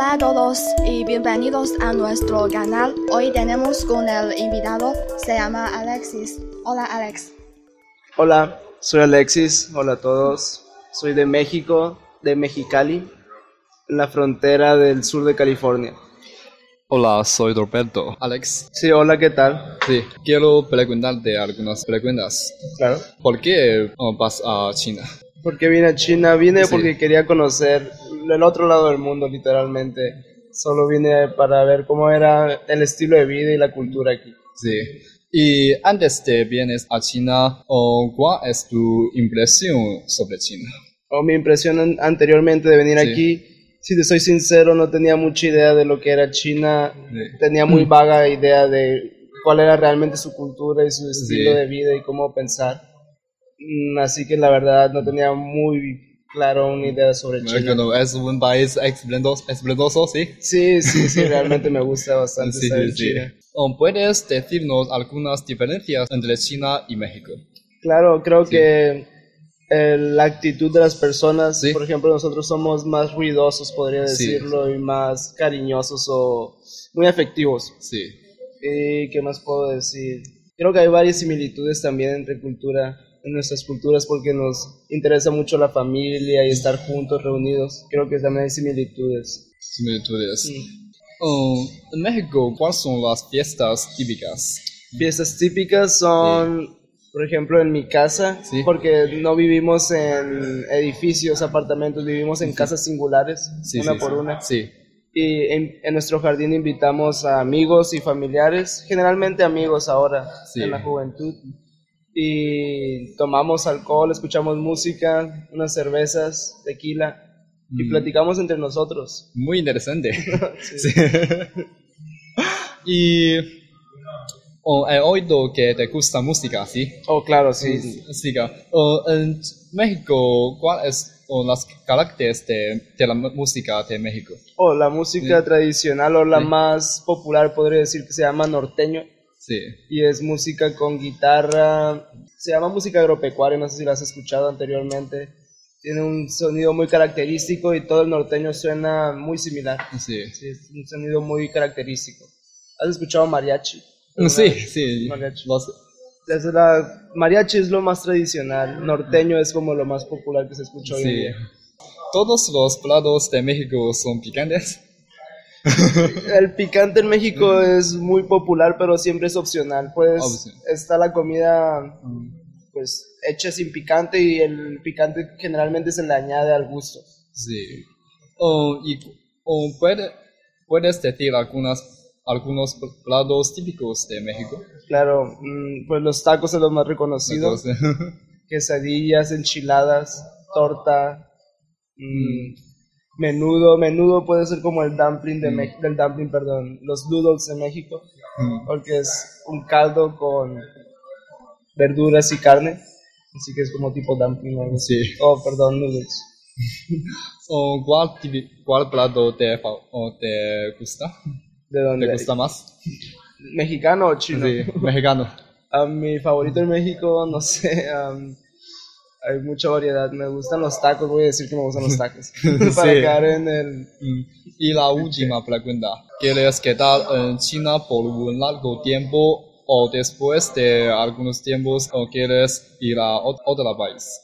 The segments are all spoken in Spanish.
a todos y bienvenidos a nuestro canal. Hoy tenemos con el invitado, se llama Alexis. Hola Alex. Hola, soy Alexis. Hola a todos. Soy de México, de Mexicali, en la frontera del sur de California. Hola, soy Roberto. Alex, Sí, hola, ¿qué tal? sí, quiero preguntarte algunas preguntas. Claro. ¿Por qué oh, vas a China? ¿Por qué vine a China? Vine Sí. porque quería conocer el otro lado del mundo, literalmente. Solo vine para ver cómo era el estilo de vida y la cultura aquí. Sí. Y antes de vienes a China, oh, ¿cuál es tu impresión sobre China? O mi impresión an- anteriormente de venir Sí. aquí, si te soy sincero, no tenía mucha idea de lo que era China. Sí. Tenía muy vaga idea de cuál era realmente su cultura y su estilo Sí. de vida y cómo pensar. Mm, Así que la verdad no tenía muy claro una idea sobre China. Bueno, es un país esplendor- esplendoroso, sí. Sí, sí, sí, realmente me gusta bastante Sí, estar en sí, sí. China. Oh, ¿Puedes decirnos algunas diferencias entre China y México? Claro, creo Sí. que eh, la actitud de las personas, Sí. por ejemplo, nosotros somos más ruidosos, podría Sí. decirlo, y más cariñosos o muy afectivos. Sí. ¿Y Eh, qué más puedo decir? Creo que hay varias similitudes también entre cultura, en nuestras culturas, porque nos interesa mucho la familia y estar juntos, reunidos. Creo que también hay similitudes. Similitudes. Mm. Oh, en México, ¿cuáles son las fiestas típicas? Fiestas típicas son, por ejemplo, en mi casa, Sí. porque no vivimos en edificios, apartamentos, vivimos en casas singulares, Sí, una sí, por sí. una. Sí. Y en, en nuestro jardín invitamos a amigos y familiares, generalmente amigos ahora, Sí. en la juventud. Y tomamos alcohol, escuchamos música, unas cervezas, tequila, y Mm. platicamos entre nosotros. Muy interesante. Sí. Sí. y oh, he oído que te gusta música, ¿sí? Oh, claro, sí. Siga. Oh, en México, ¿cuáles son las caracteres de, de la mu- música de México? O Oh, la música Sí. tradicional o la Sí. más popular, podría decir que se llama norteño. Sí. Y es música con guitarra. Se llama música agropecuaria, no sé si la has escuchado anteriormente. Tiene un sonido muy característico y todo el norteño suena muy similar. Sí. Sí, es un sonido muy característico. ¿Has escuchado mariachi? Mm, Sí, sí. Mariachi. Los- Es la- mariachi es lo más tradicional. Norteño es como lo más popular que se escucha hoy en sí. día. Todos los platos de México son picantes. El picante en México es muy popular, pero siempre es opcional. Pues Opción. está la comida pues hecha sin picante y el picante generalmente se le añade al gusto. Sí. Oh, y oh, ¿puede- puedes decir algunas, algunos platos típicos de México. Claro, mm, pues los tacos son los más reconocidos, Entonces, quesadillas, enchiladas, torta, mm, menudo, menudo puede ser como el dumpling de Mm. Mex- del dumpling, perdón, los noodles de México, Mm. porque es un caldo con verduras y carne, así que es como tipo dumpling, o algo así. Sí. oh, perdón, noodles. Oh, ¿cuál, tipi- cuál plato te, fa- o te gusta? ¿De dónde? ¿Te gusta más? ¿Mexicano o chino? Sí, mexicano. A mi favorito en México, no sé, am, hay mucha variedad. Me gustan los tacos, voy a decir que me gustan los tacos. Para Sí. caer en el... Mm. Y la última pregunta. ¿Quieres quedar en China por un largo tiempo o después de algunos tiempos o quieres ir a ot- otro país?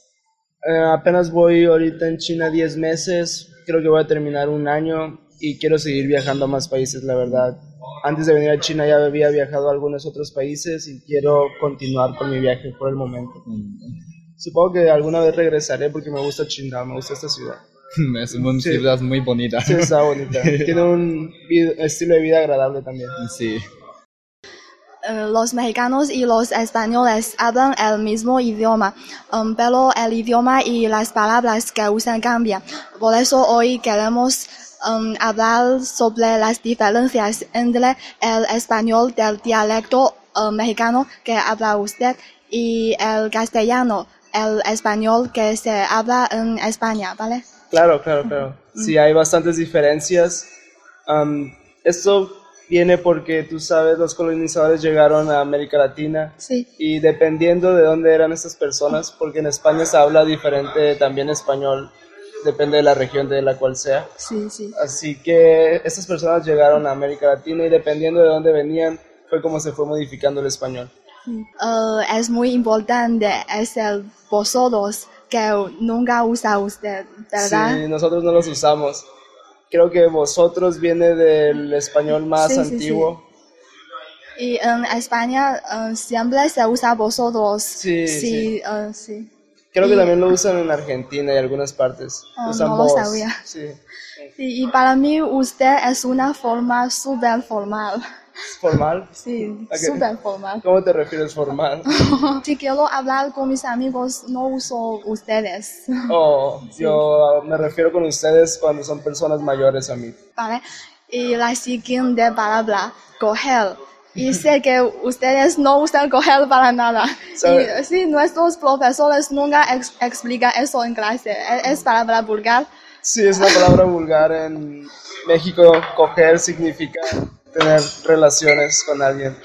Eh, apenas voy ahorita en China 10 meses, creo que voy a terminar un año y quiero seguir viajando a más países, la verdad. Antes de venir a China ya había viajado a algunos otros países y quiero continuar con mi viaje por el momento. Mm. Supongo que alguna vez regresaré porque me gusta China, me gusta esta ciudad. Es una Sí. ciudad muy bonita. Sí, está bonita. Tiene un vi- estilo de vida agradable también. Sí. Eh, Los mexicanos y los españoles hablan el mismo idioma, em, pero el idioma y las palabras que usan cambian. Por eso hoy queremos em, hablar sobre las diferencias entre el español del dialecto eh, mexicano que habla usted y el castellano, el español que se habla en España, ¿vale? Claro, claro, claro. Sí, hay bastantes diferencias. Am, esto viene porque, tú sabes, los colonizadores llegaron a América Latina Sí. y dependiendo de dónde eran estas personas, porque en España se habla diferente también español depende de la región de la cual sea. Sí, sí. Así que estas personas llegaron a América Latina y dependiendo de dónde venían, fue como se fue modificando el español. Uh, es muy importante es el vosotros que nunca usa usted, ¿verdad? Sí, nosotros no los usamos. Creo que vosotros viene del español más Sí, sí, sí. antiguo. Y en España uh, siempre se usa vosotros. Sí, sí. uh, sí. Creo que Y- también lo usan en Argentina y algunas partes. Ah, usan no lo vos. sabía. Sí. Sí, y para mí usted es una forma súper formal. ¿Formal? Sí, Ok. súper formal. ¿Cómo te refieres formal? Si quiero hablar con mis amigos, no uso ustedes. Oh, yo me refiero con ustedes cuando son personas mayores a mí. Vale. Y la siguiente palabra, coger. Y sé que ustedes no usan coger para nada. Sabe- Y sí, nuestros profesores nunca ex- explican eso en clase. E- Es, palabra vulgar. Sí, es una palabra vulgar en México. Coger significa tener relaciones con alguien.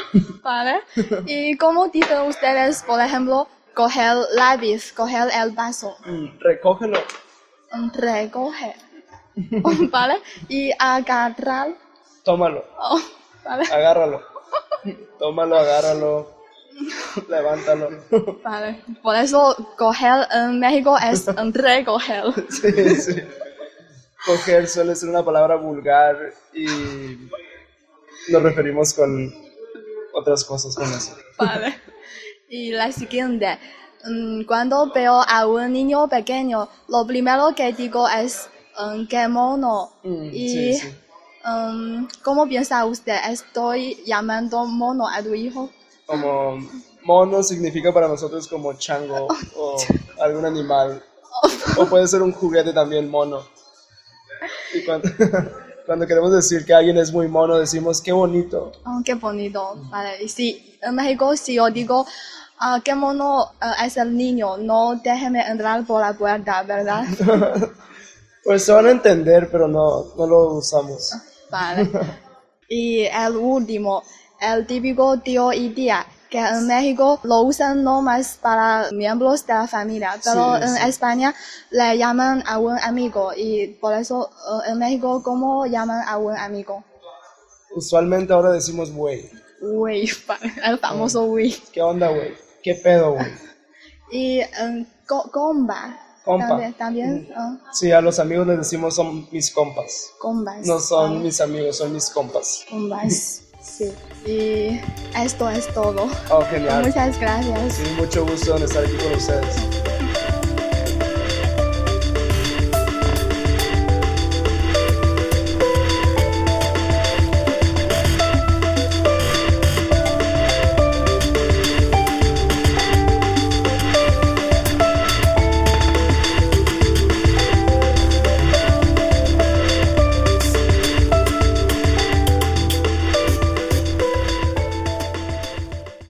Vale. ¿Y cómo dicen ustedes, por ejemplo, coger lápiz, coger el vaso? Mm, Recógelo. Mm, Recoger. Vale. Y agarrar. Tómalo. Oh, vale. Agárralo. Tómalo, agárralo. Levántalo. Vale. Por eso coger en México es mm, recoger. Sí, sí. Coger suele ser una palabra vulgar y nos referimos con otras cosas con eso. Vale. Y la siguiente. mm, Cuando veo a un niño pequeño, lo primero que digo es mm, qué mono. Mm, y sí, sí. mm, ¿cómo piensa usted? Estoy llamando mono a tu hijo. Como mono significa para nosotros como chango o algún animal. O puede ser un juguete también mono. Y cuando, cuando queremos decir que alguien es muy mono, decimos qué bonito. Oh, qué bonito. Mm. Vale. Y si en México si yo digo "Ah, qué mono eh, es el niño, no déjeme entrar por la puerta, ¿verdad? Pues se van a entender, pero no, no lo usamos. Vale. y el último, el típico tío y tía, que en México lo usan no más para miembros de la familia, pero Sí, en sí. España le llaman a un amigo y por eso eh, en México, ¿cómo llaman a un amigo? Usualmente ahora decimos güey. Wey, vale, el Ah. famoso wey. ¿Qué onda, güey? ¿Qué pedo, güey? Y em, co- comba. Compa. También, también eh, Sí, a los amigos les decimos son mis compas. combas. No son vale, mis amigos, son mis compas. Combas. sí. Y esto es todo. Oh, genial. Muchas gracias. Sí, mucho gusto en estar aquí con ustedes.